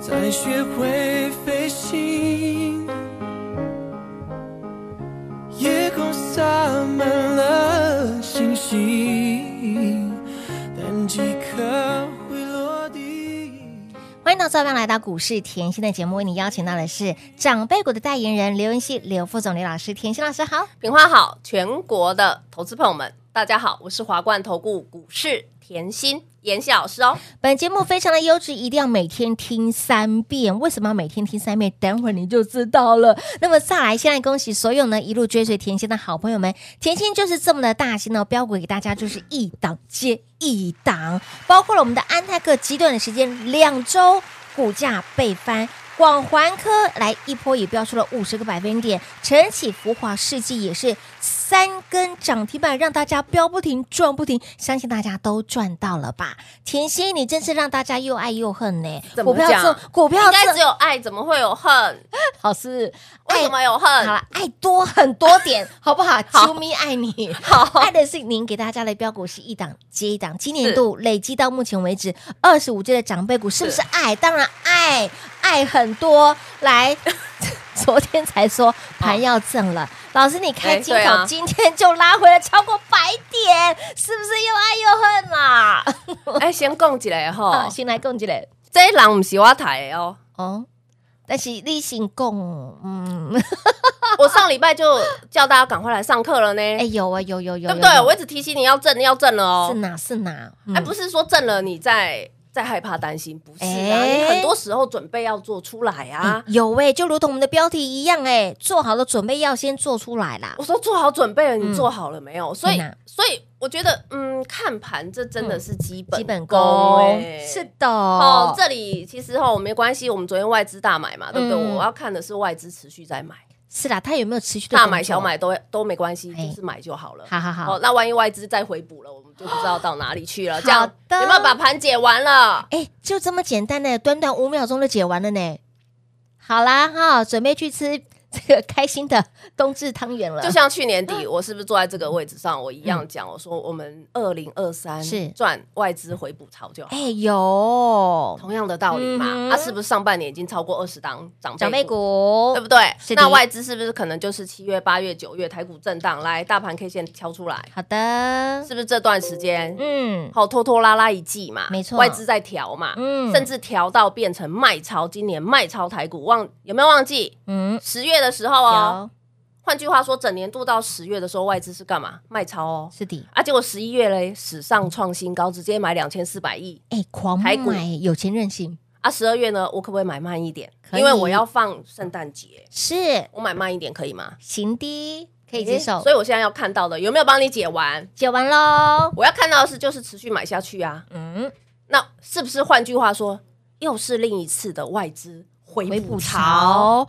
才学会飞行。夜空洒满了星星，但几颗会落地。欢迎到这边来到股市甜心的节目，为你邀请到的是长辈股的代言人刘云熙、刘副总、刘老师、甜心老师好。平花好，全国的投资朋友们，大家好，我是华冠投顾股市甜心妍希老师哦。本节目非常的优质，一定要每天听三遍。为什么要每天听三遍？等会儿你就知道了。那么再来，先来恭喜所有呢一路追随甜心的好朋友们，甜心就是这么的大心哦，标股给大家就是一档接一档，包括了我们的安泰克，极短的时间两周股价倍翻。广环科来一波也飙出了五十个百分点，晨起浮华世纪也是三根涨停板，让大家飙不停、赚不停，相信大家都赚到了吧？甜心，你真是让大家又爱又恨呢、怎股么票讲这股票应该只这有爱，怎么会有恨？好是为哎什么有爱好恨？了，爱多很多 点，好不好？好啾咪爱你，好爱的是您给大家的标股是一档接一档，今年度累积到目前为止二十五只的长辈股，是不是是爱？当然爱，爱很多。 来，昨天才说盘要正了，老师你开哎金对口，啊今天就拉回了超过百点，是不是又爱又恨啦？哎，先供起来 啊吼，先来共起来这一栏唔是我台 的哦，哦。但是例行共，嗯，哎我上礼拜就叫大家赶快来上课了呢，哎、有啊，有有有，对不有对？有我一直提醒你要正，要正了是哦。哪是哪？哎，嗯不是说正了你再再害怕担心，不是啊，哎你很多时候准备要做出来啊。有哎、就如同我们的标题一样哎、做好了准备要先做出来啦我。说做好准备了，嗯你做好了没有？所以天哪，嗯所以我觉得，嗯，看盘这真的是基哦本基本功功欸，是的哦。这里其实哦，没关系，我们昨天外资大买嘛，对不对？嗯我要看的是外资持续在买，是啦，它有没有持续的大动买作小？买都都没关系，哎就是买就好了。好好好哦哦，，那万一外资再回补了，我们就不知道到哪里去了。这好样的有没有把盘解完了？哎、就这么简单呢、欸短短五秒钟就解完了呢、好啦哈，准备去吃这个开心的冬至汤圆了。就像去年嗯底，我是不是坐在这个位置上，我一样讲，我说我们二零二三是赚外资回补潮就好了哎、有同样的道理嘛，嗯哼它、是不是上半年已经超过二十档长长辈辈股？股，对不对是？的那外资是不是可能就是七月、八月、九月台股震荡，来大盘 K 线敲出来，好的，是不是这段时间嗯，好拖拖拉拉一季嘛？没错外资在调嘛，嗯甚至调到变成卖超，今年卖超台股，忘有没有忘记？嗯，十月的时候哦，有，换句话说，整年度到十月的时候，外资是干嘛？卖超哦。是的，啊，结果十一月嘞，史上创新高，直接买两千四百亿。哎、狂买台股，有钱任性，啊，十二月呢，我可不可以买慢一点？可以因为我要放圣诞节，是我买慢一点可以吗？行的，可以接受，诶所以我现在要看到的有没有帮你解完？解完喽。我要看到的是就是持续买下去啊。嗯，那是不是换句话说，又是另一次的外资回回补补潮？潮，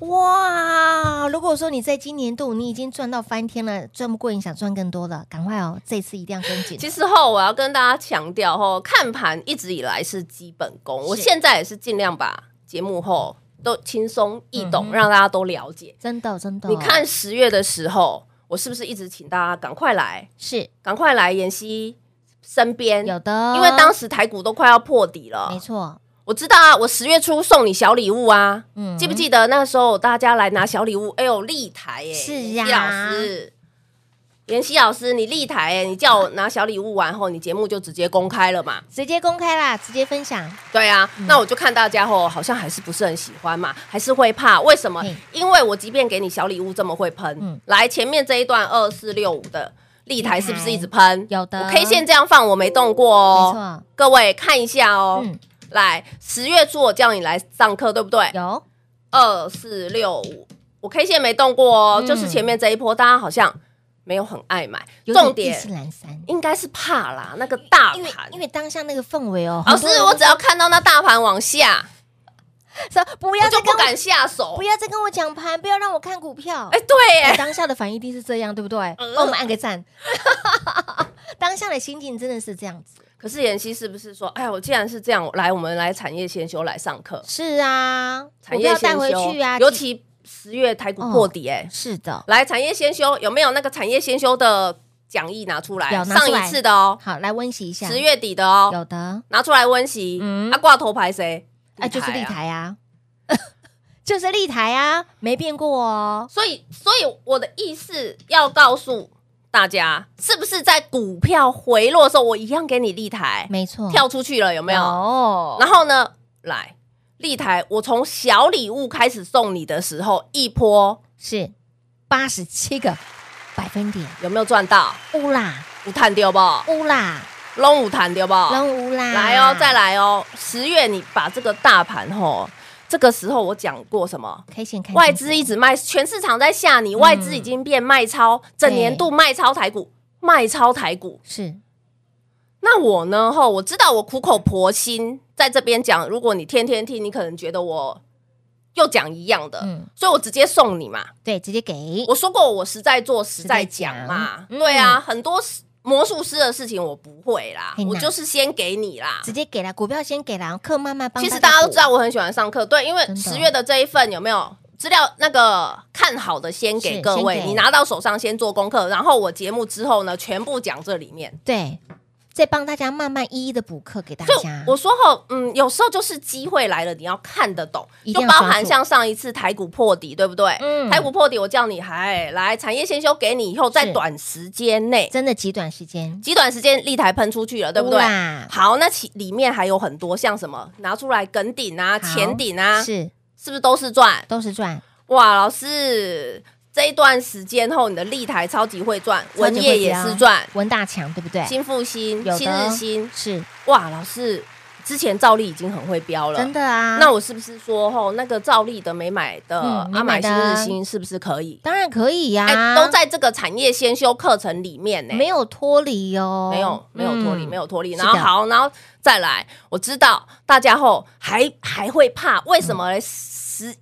哇！如果说你在今年度你已经赚到翻天了，赚不过瘾，想赚更多的，赶快哦，这次一定要跟紧。其实后我要跟大家强调吼，看盘一直以来是基本功，我是现在也是尽量把节目后都轻松易嗯懂，让大家都了解。真的真的，你看十月的时候，我是不是一直请大家赶快来？是赶快来妍希身边，有的，因为当时哦台股都快要破底没了。错，我知道啊，我十月初送你小礼物啊，嗯记不记得那个时候大家来拿小礼物？哎呦，立台耶、是妍希呀老师，妍希老师，你立台耶、你叫我拿小礼物完后，你节目就直接公开了嘛？直接公开啦，直接分享，对啊，嗯那我就看大家吼，好像还是不是很喜欢嘛，还是会怕。为什么嘿？因为我即便给你小礼物这么会喷，嗯来前面这一段二四六五的立台是不是一直喷？嗯有的我 K 线这样放我没动过没哦。错，各位看一下哦，嗯来十月初我叫你来上课，对不对？有二四六五，我 K 线没动过哦，嗯就是前面这一波大家好像没有很爱买，有重点意兴点阑珊，应该是怕啦，那个大因为盘因。为当下那个氛围哦，老很师多人，我只要看到那大盘往下，说不要再我就跟不我敢下手不。要再跟我讲盘，不要让我看股票。哎，对我耶，当下的反应一定是这样，对不对？哦呃帮我们按个赞。 当下的心情真的是这样子。可是妍希是不是说，哎，我既然是这样，来，我们来产业先修来上课，是啊，产股业票先带修回去啊，哦尤其十月台股破底，哎，是的。来产业先修有没有那个产业先修的讲义拿出来？有拿上出来一次的哦，好，来温习一下。十月底的哦，有的，拿出来温习。嗯啊，挂头牌谁？哎，就是立。台啊， 就是立台啊，没变过哦。所以，所以我的意思要告诉大家，是不是在股票回落的时候，我一样给你立台没错，跳出去了，有没有？有然后呢，来立台，我从小礼物开始送你的时候，一波是八十七个百分点，有没有赚到？乌啦五探丢不？乌啦，龙五探丢不？扔乌啦，来哦，再来哦，十月你把这个大盘吼，这个时候我讲过什么？ K 线看外资一直卖，全市场在吓你，外资已经变卖超，整年度卖超台股，卖超台股。是那我呢？吼，我知道我苦口婆心在这边讲，如果你天天听，你可能觉得我又讲一样的，嗯所以我直接送你嘛。对，直接给我说过，我实在做实在讲嘛，实在讲嗯对啊，很多魔术师的事情我不会啦嘿，呐我就是先给你啦。直接给了股票先给了，课慢慢帮。其实大家都知道我很喜欢上课，对，因为真的十月的这一份有没有资料？那个看好的先是给各位，先给你拿到手上先做功课，然后我节目之后呢，全部讲这里面。对，再帮大家慢慢一一的补课给大就家。我说后，嗯，有时候就是机会来了，你要看得懂，一定就要包抓含住像上一次台股破底，对不对？嗯台股破底，我叫你还来产业先修给你，以后在是短时间内，真的极短时间，极短时间立台喷出去了，对不对哇？好，那其里面还有很多像什么拿出来梗顶啊、好前顶啊，是是不是都是赚？都是赚，哇，老师，这一段时间后，你的立台超级会赚，文业也是赚，文大强对不啊对？新复兴有、的新日新，是哇，老师，之前照例已经很会标了，真。的啊。那我是不是说吼，那个照例的没买的嗯没阿买买的啊新日新是不是可以？当然可以呀、哎，都在这个产业先修课程里面呢。没有脱离哦，没有没有脱离，嗯没有脱离。是然后的好，然后再来，我知道大家后还还会怕，为什嗯么嘞？十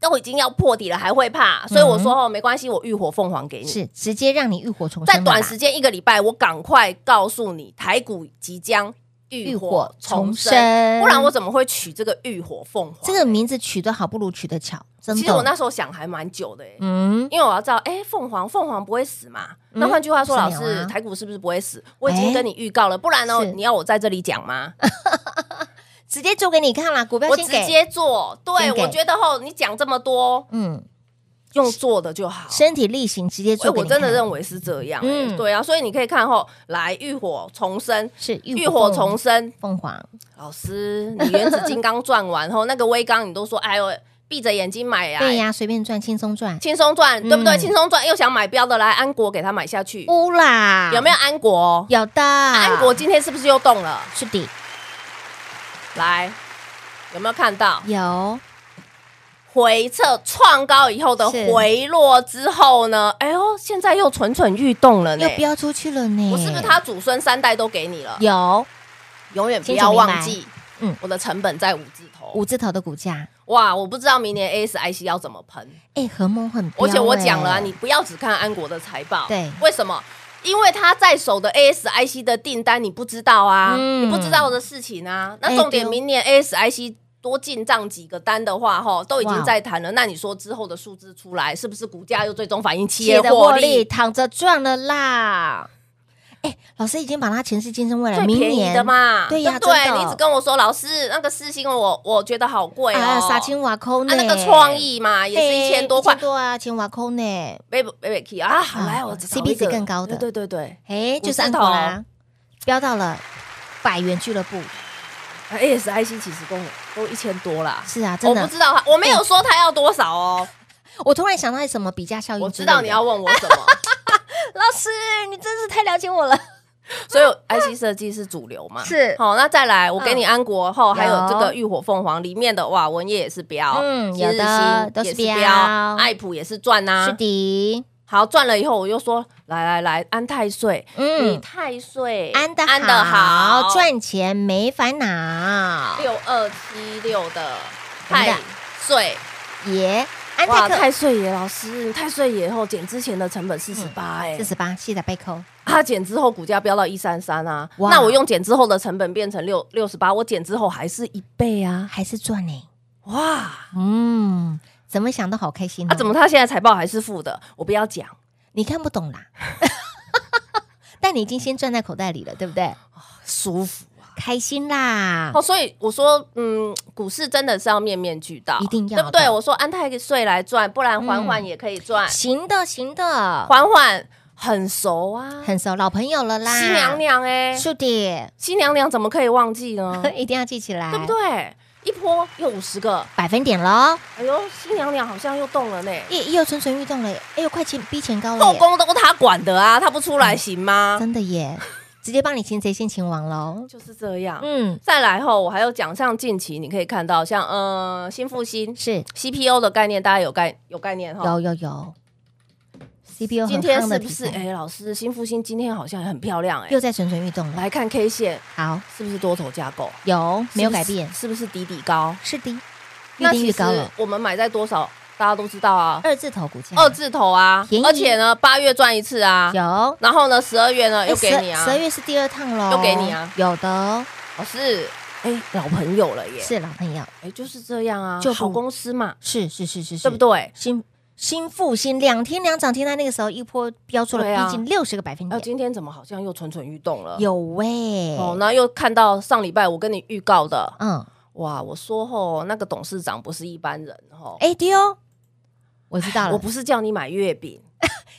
都已经要破底了，还会怕？所以我说哦，没关系，我浴火凤凰给你。嗯是直接让你浴火重生在了啦，短时间一个礼拜，我赶快告诉你，台股即将浴浴火火重重生生，，不然我怎么会取这个浴火凤凰？这个名字取得好不如取得巧，真的。其实我那时候想还蛮久的耶欸嗯，因为我要知道，哎、凤凰，凤凰不会死嘛？嗯那换句话说，是老鸟啊师，台股是不是不会死？我已经哎跟你预告了，不然呢、是你要我在这里讲吗？直接做给你看啦，股票我先直给，接做，对先给我觉得吼，你讲这么多，嗯，用做的就好。身体力行直接所做以给我你看，真的认为是这样、嗯对啊，所以你可以看后来浴火重生，是浴火重生。凤凰，老师，你原子金刚转完 后，那个微刚你都说，哎呦，闭着眼睛买呀、啊对呀，随便赚，轻松赚，轻松赚，对不对？嗯轻松赚又想买标的，来安国给他买下去，乌啦，有没有安国？哦有？有的，安国今天是不是又动了？是的，来，有没有看到有回撤创高以后的是回落之后呢？哎呦，现在又蠢蠢欲动了呢又。嗯飙出去了呢，我是不是他祖孙三代都给你了？有永远不清楚要明白忘记，嗯嗯，我的成本在五字头。五字头的股价？哇，我不知道明年 ASIC 要怎么喷，哎，很猛很飙，而且我讲了啊，哎你不要只看安国的财报，对为什么？因为他在手的 ASIC 的订单你不知道啊，嗯你不知道的事情啊。哎那重点，对哦明年 ASIC 多进账几个单的话，哈，都已哇经在谈了。那你说之后的数字出来，是不是股价又最终反映企企业业的获获利利？躺着赚了啦。哎，老师已经把他前世今生未来最明便宜年啊的嘛，对呀不对真的你一直跟我说，老师那个四星我我觉得好贵啊，哦，杀青瓦扣呢？啊，那个创意嘛，也是嘿一千多块1000，多啊，千瓦扣呢？没没没 key 啊，好啊来，我只找 CP 一个值更高的对对对哎，就是五安字口头啦，飙到了百元俱乐部。对，ASIC 其实跟我都一千多啦，是啊，真我不的，知道它，我没有说它要多少哦，我突然想到什么比价效应我之嗯知类的。道你要问我什么，老师，你真是太了解我了。所以 IC 设计是主流嘛，是嗯好，那再来，我给你安国后，还有有这个浴火凤凰里面的哇，文业也是标，嗯新日有的新都是也标爱普也是赚呐，是的，好赚了以后，我又说来来来，安太岁，你嗯，太岁安的安安的的好，好赚钱没烦恼。六二七六的太的岁爷安哇，泰克太岁爷老师，太岁爷后减之前的成本四十八，哎嗯四，十八，谢谢贝扣。他减之后股价飙到一三三啊，哇那我用减之后的成本变成六六十八，我减之后还是一倍啊，还是赚呢、哇！嗯，怎么想都好开心、哦。啊啊，怎么他现在财报还是负的？我不要讲，你看不懂啦？ 但你已经先赚在口袋里了，对不对？舒服。开心啦！哦，所以我说，嗯，股市真的是要面面俱到，一定要对不对？的我说安泰税来赚，不然缓缓也可以赚，行的，行的，缓缓很熟啊，很熟，老朋友了啦。新娘，娘哎、是的，新娘娘怎么可以忘 记呢？一定要记起来，哦对不？对？一波又五十个，百分点喽，哎呦，新娘娘好像又动了呢。又哎又蠢蠢欲动了耶，哎呦，快前逼前高了后耶，宫都他管的啊，他不出来行吗？真的耶，直接帮你擒贼先擒王喽。就是这样。嗯，再来后，我还有讲，像近期你可以看到，像呃新复兴是 CPU 的概念，大家有概有概念哈。有有有，CPU 今很天夯是的不题是？材哎、老师，新复兴今天好像也很漂亮哎、又在蠢蠢欲动了。来看 K 线，好，是不是多头架构？有没有是不改是变？是不是底底高？是的，预那定其预实高了，我们买在多少，大家都知道啊，二字头股价二字头啊嗯便宜，而且呢，八月赚一次啊，有，哎然后呢，十二月呢又给你啊十，二月是第二趟喽，又给你啊，有的哦，老师，哎、老朋友了耶，是老朋友，哎、就是这样啊，就不好公司嘛，是是是是是，对不？对？新新复兴两天两涨停，在那个时候一波飙出了对啊逼近六十个百分哎、点，今天怎么好像又蠢蠢欲动了？有喂，哦，那又看到上礼拜我跟你预告的，嗯，哇，我说吼，那个董事长不是一般人吼，哎丢，我知道我了，不是叫你买月饼，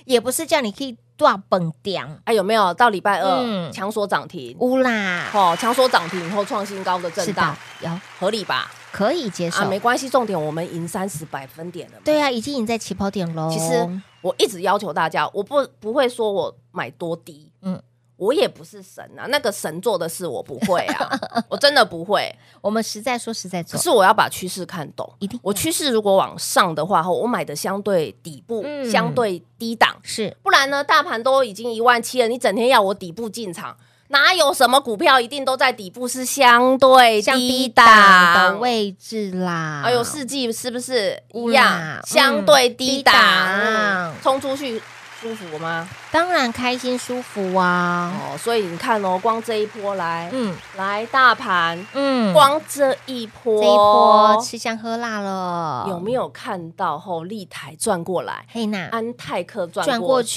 也不是叫你可以断本点哎，有没有到礼拜二嗯强锁涨停？乌啦，哦，强锁涨停以后创新高的震是荡的，，有合理吧？可以接啊，受没，关系，重点我们赢三十百分点了。对，啊，已经赢在起跑点喽，其实我一直要求大家，我不不会说我买多低，嗯嗯，我也不是神啊，那个神做的事我不会 啊，我真的不会。我们实在说实在做可，是我要把趋势看懂，一定我趋势如果往上的话，我买的相对底部，嗯相对低档，是不然呢，大盘都已经一万七了，你整天要我底部进场，哪有什么股票一定都在底部是相对像低低档档的？位置啦，哎呦，世纪是不是一乌样啦？相对低档嗯低档嗯冲出去舒服吗？当然开心舒服啊。哦，所以你看哦，光这一波来，嗯来大盘，嗯，光这一波，这一波吃香喝辣了，有没有看到后立台转过来？嘿娜安泰科嗯转转过过去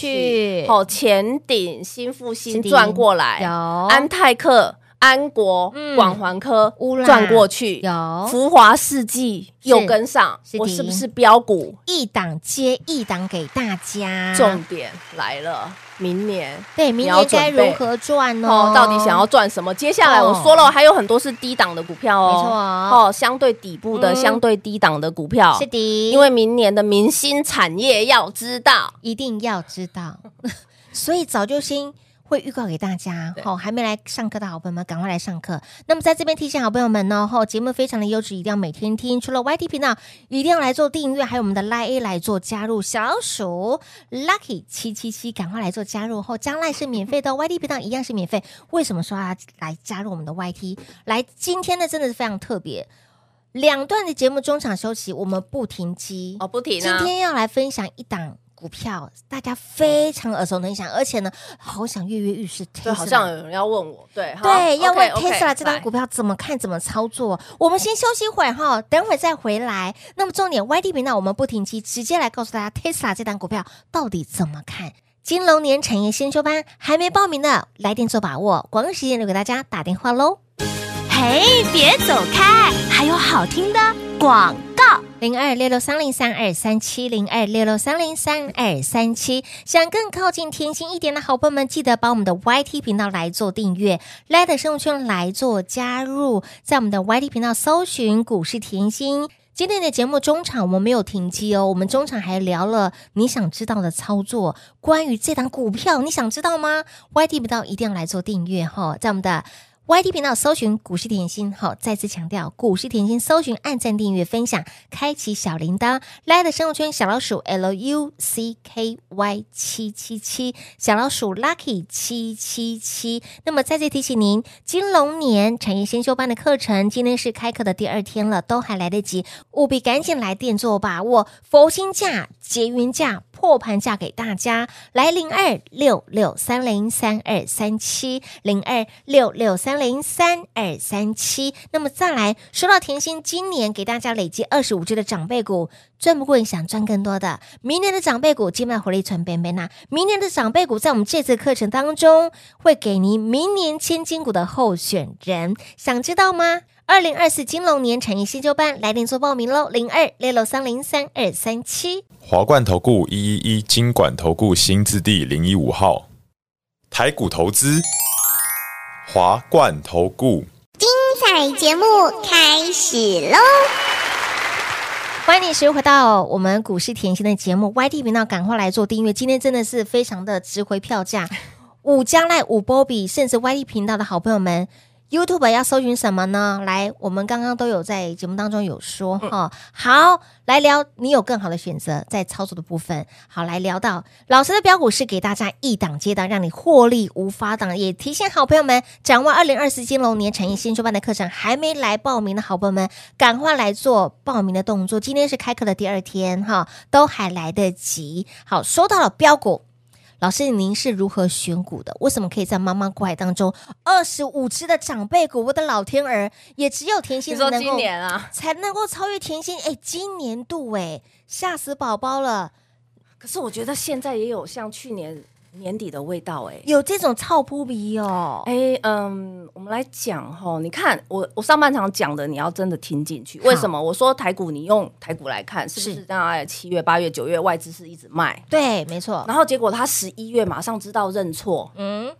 去，哦，前顶新复兴是的转过来，有安泰克、安国、嗯广环科乌拉转过去，有福华世纪是又跟上是，的我是不是标股？一档接一档给大家？重点来了，明年对，明要年准该备如何赚呢？哦，到底想要赚什么？接下来哦我说了，还有很多是低档的股票哦，没错啊哦，相对底部的、嗯相对低档的股票是，的，因为明年的明星产业要知道。一定要知道， 所以早就先会预告给大家。对好、还没来上课的好朋友们，赶快来上课。那么在这边提醒好朋友们呢，吼、节目非常的优质，一定要每天听。除了 YT 频道，一定要来做订阅，还有我们的 Line A 来做加入，小鼠 Lucky 七七七，赶快来做加入。后将来是免费的哦，YT 频道一样是免费。为什么说要来加入我们的 YT？来，今天呢真的是非常特别。两段的节目中场休息，我们不停机哦，不停今啊！天要来分享一档股票，大家非常耳熟能详，而且呢，好想跃跃欲试。对，好 Tesla 像有人要问我，对，好对，要问 OK，OK， Tesla 这档来股票怎么看、怎么操作？我们先休息一会儿哈，等会儿再回来。那么重点，YD 频道我们不停机，直接来告诉大家 Tesla 这档股票到底怎么看。金龙年产业先修班还没报名的，来电做把握，广告时间留给大家打电话喽。嘿，别走开，还有好听的广告。零二六六三零三二三七零二六六三零三二三七。想更靠近甜心一点的好朋友们，记得把我们的 YT 频道来做订阅 l i 生活圈来做加入，在我们的 YT 频道搜寻股市甜心。今天的节目中场我们没有停机哦，我们中场还聊了你想知道的操作，关于这档股票你想知道吗？YT 频道一定要来做订阅哈、在我们的 YT 频道搜寻股市甜心，好，再次强调，股市甜心搜寻、按赞、订阅、分享、开启小铃铛，来的生活圈小老鼠 L U C K Y 七七七，小老鼠 Lucky 七七七。那么再次提醒您，金龙年产业先修班的课程今天是开课的第二天了，都还来得及，务必赶紧来电做把握，佛心价、结云价。破盘价给大家，来零二六六三零三二三七零二六六三零三二三七。那么再来说到甜心，今年给大家累积二十五只的长辈股，赚不过你想赚更多的，明年的长辈股金麦活力传边边呐，明年的长辈股在我们这次课程当中会给您明年千金股的候选人，想知道吗？二零二四金龙年产业新修班来电做报名喽，零二六六三零三二三七。华冠投顾一一一金管投顾新字第零一五号，台股投资，华冠投顾。彩节目开始喽！欢迎你时回到我们股市甜心的节目 YT 频道，赶快来做订阅。今天真的是非常的值回票价， 五加赖五波比，甚至 YT 频道的好朋友们。YouTube 要搜寻什么呢？来，我们刚刚都有在节目当中有说哈、好，来聊你有更好的选择在操作的部分。好，来聊到老师的标股是给大家一档接档，让你获利无法挡，也提醒好朋友们掌握二零二四金龙年产业新修班的课程，还没来报名的好朋友们，赶快来做报名的动作。今天是开课的第二天哈，都还来得及。好，说到了标股，老师，您是如何选股的？为什么可以在妈妈怪当中二十五只的长辈股？我的老天儿，也只有甜你心说能够今年啊，才能够超越甜心。哎，今年度哎，吓死宝宝了！可是我觉得现在也有像去年年底的味道哎、有这种超扑鼻哦，哎，嗯，我们来讲哈，你看我我上半场讲的，你要真的听进去。为什么我说台股？你用台股来看，是不是是大概七月、八月、九月外资是一直卖，对，没错，然后结果他十一月马上知道认错，嗯，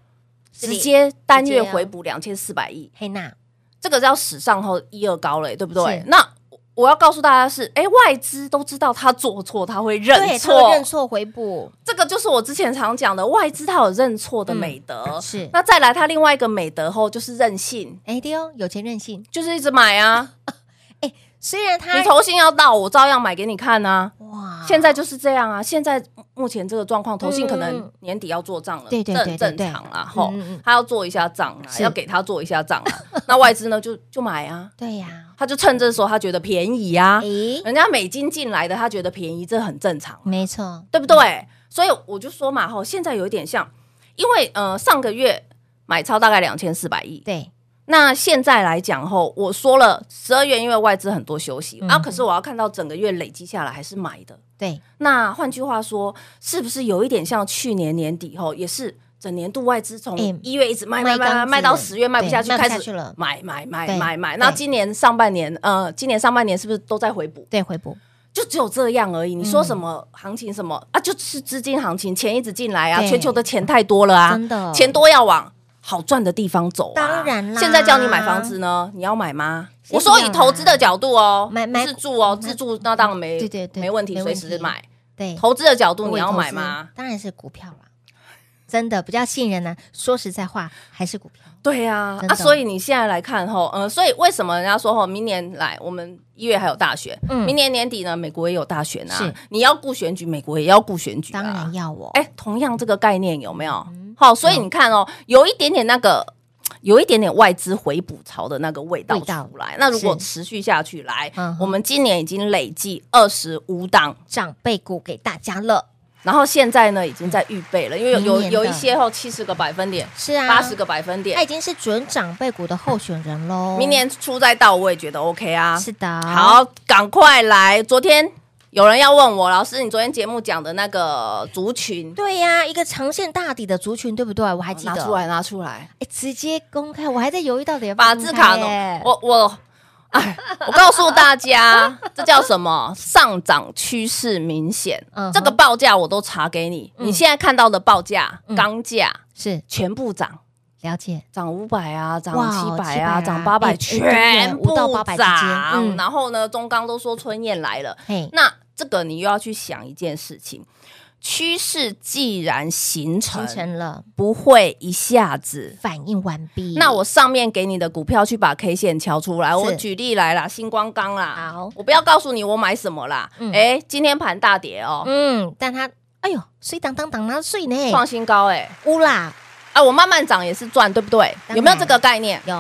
是直接单直接月啊回补两千四百亿，黑娜，这个叫史上后一二高嘞，对不对是？那我我要告诉大家是，哎，外资都知道他做错，他会认对，他会错认，错回补，这个就是我之前常讲的，外资他有认错嗯的美德。是，那再来，他另外一个美德后就是任性，哎对哦，有钱任性，就是一直买啊。虽然他你投信要到，我照样买给你看啊。哎哇现在就是这样啊，现在目前这个状况，投信可嗯能年底要做账了，对对这对很对正对常啦，吼嗯嗯嗯，他要做一下账啊，是要给他做一下账啊。 那外资呢，就就买啊，对呀，他就趁这时候他觉得便宜啊，诶，人家美金进来的，他觉得便宜，这很正常，没错，对嗯不对？所以我就说嘛，吼，现在有一点像，因为呃上个月买超大概两千四百亿，对，那现在来讲后，我说了十二月因为外资很多休嗯息、啊，可是我要看到整个月累积下来还是买的。对，那换句话说，是不是有一点像去年年底后也是？整年度外资从哎一月一直卖卖卖卖钢子卖到十月卖不下去，对卖不开下去始了买买对买买买。对那今年上半年，呃，今年上半年是不是都在回补？对回补，就只有这样而已。你嗯说什么行情什么、啊？就是资金行情，钱一直进来啊，对全球的钱太多了啊，真的钱多要往好赚的地方走、啊。当然啦现在叫你买房子呢，你要买吗？是我说要以啦投资的角度哦，买买自住哦，自住那当然没对对对没问题，没随问题时买。对，投资的角度作你为要投买资吗？？当然是股票啦，真的比较信任呢。说实在话，还是股票。对呀、真啊，的所以你现在来看吼，呃，所以为什么人家说吼，明年来我们一月还有大选，嗯明年年底呢，美国也有大选是啊，你要顾选举，美国也要顾选举、啊，当然要我，哎，同样这个概念有没有？好、所以你看哦，有一点点那个，有一点点外资回补潮的那个味道味道出来。那如果是持续下去，来嗯哼，我们今年已经累计二十五档，长辈股给大家了，然后现在呢已经在预备了，因为有有明年的有一些哦七十个百分点，是啊，八十，个百分他点已，经是准长辈股的候选人喽。明年初再到，我也觉得 OK 啊。是的，，好，赶快来！昨天有人要问我，老师，你昨天节目讲的那个族群，对呀，一个长线大底的族群，对不对？我还记得，哦拿出来，拿出来。哎，直接公开，我还在犹豫到底要不要法公制开卡耶农，我我，哎，我告诉大家，这叫什么？上涨趋势明显嗯哼，这个报价我都查给你。嗯你现在看到的报价嗯，钢价是全部涨，了解，涨五百啊，涨哇七百700啊啊，涨八哎百，哎对耶全5部到800之间嗯涨。然后呢，中钢都说春燕来了，嘿，那这个你又要去想一件事情。趋势既然形成形，成了不会一下子。反应完毕。那我上面给你的股票去把 K 线敲出来。我举例来啦，星光钢啦，好，我不要告诉你我买什么啦。哎、嗯今天盘大跌哦、嗯，但他哎呦，水当当当当水呢，创新高哎、乌啦，啊，我慢慢涨也是赚，对不对？当然有没有这个概念？有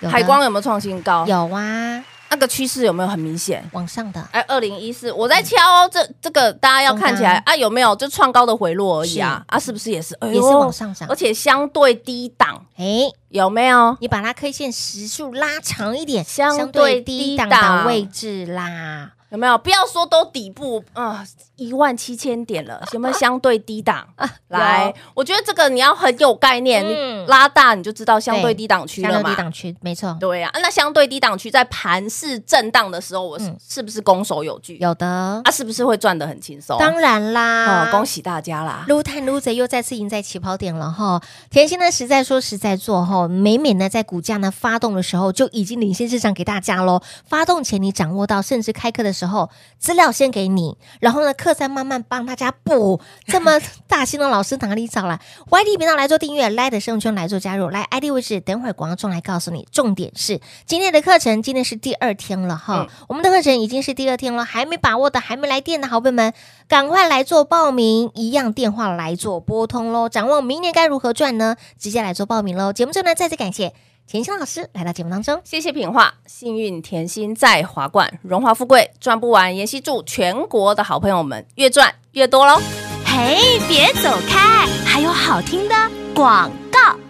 有的啊海光有哦没有创新高？有啊，那个趋势有没有很明显？往上的哎，二零一四，我在敲哦，这这个大家要看起来啊，有没有就创高的回落而已啊？啊，是不是也是？哎呦也是往上涨而，且相对低档，哎，有没有？你把它 K 线时速拉长一点，相对低低档档的位置啦。有没有？不要说都底部啊，一万七千点了，有没有相对 低档？来，我觉得这个你要很有概念，啊嗯你拉大你就知道相对对低档区下了六嘛低。档区，没错，对啊，那相对低档区在盘势震荡的时候，我是嗯是不是攻守有据？有的，啊，是不是会赚得很轻松？当然啦，哦，恭喜大家啦！撸探撸贼又再次赢在起跑点了哈。甜心呢，实在说实在做哈，每每呢在股价呢发动的时候，就已经领先市场给大家喽。发动前你掌握到，甚至开课的时候资料先给你，然后呢课再慢慢帮大家补。这么大心的老师哪里找啦 y d 频道来做订阅，Light 生活圈来做加入，来 ID 位置，等会儿广告中来告诉你。重点是今天的课程，今天是第二天了哈，我们的课程已经是第二天了，还没把握的，还没来电的好朋友们，赶快来做报名，一样电话来做拨通喽。展望明年该如何赚呢？直接来做报名喽。节目最后呢，再次感谢钱香老师来到节目当中。谢谢品画，幸运甜心在华冠，荣华富贵赚不完。妍希祝全国的好朋友们越赚越多喽！嘿，别走开，还有好听的广告。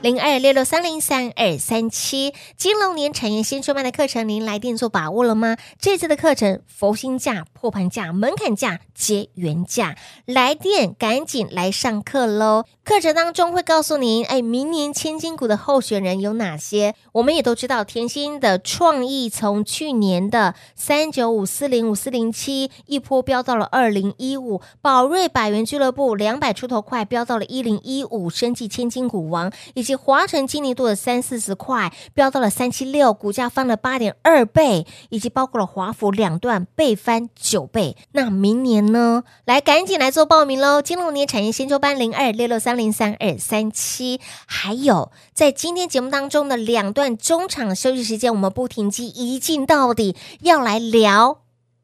零二六六三零三二三七。金龙年产业新出卖的课程，您来电做把握了吗？这次的课程佛心价、破盘价、门槛价皆原价，来电赶紧来上课喽！课程当中会告诉您，哎，明年千金股的候选人有哪些？我们也都知道，甜心的创意从去年的三九五四零五四零七一波飙到了二零一五，宝瑞百元俱乐部两百出头块飙到了一零一五，生计千金股王，以及华晨今年度的三四十块飙到了三七六，股价翻了八点二倍，以及包括了华府两段倍翻九倍。那明年呢？来赶紧来做报名喽！金龙年产业先修班零二六六三零三二三七，还有在今天节目当中的两段中场休息时间，我们不停机一进到底，要来聊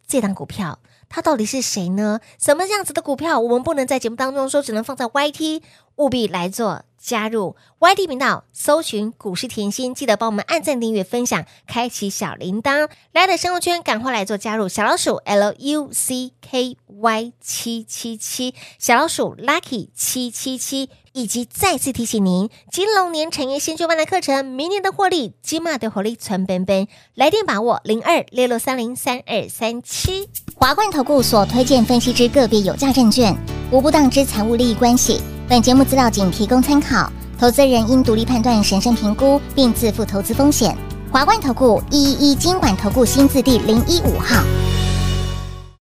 这档股票。它到底是谁呢？什么样子的股票，我们不能在节目当中说，只能放在 YT，务必来做加入 YT 频道，搜寻股市甜心，记得帮我们按赞、订阅、分享，开启小铃铛，来的生活圈赶快来做加入，小老鼠 L U C K Y 七七七，小老鼠 Lucky 七七七。以及再次提醒您，金龙年产业先修班的课程，明年的获利，金马的获利存本本，来电把握零二六六三零三二三七。华冠投顾所推荐分析之个别有价证券，无不当之财务利益关系。本节目资料仅提供参考，投资人应独立判断、审慎评估，并自负投资风险。华冠投顾一一一金管投顾新字第零一五号。